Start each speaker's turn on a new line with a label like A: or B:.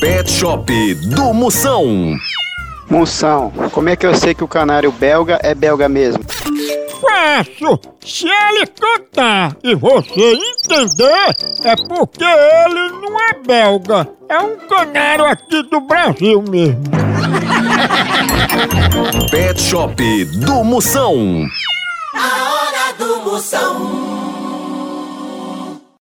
A: Pet Shop do Moção.
B: Moção, como é que eu sei que o canário belga é belga mesmo?
C: Fácil! Se ele cantar e você entender, é porque ele não é belga. É um canário aqui do Brasil mesmo.
A: Pet Shop do Moção.
D: A hora do Moção.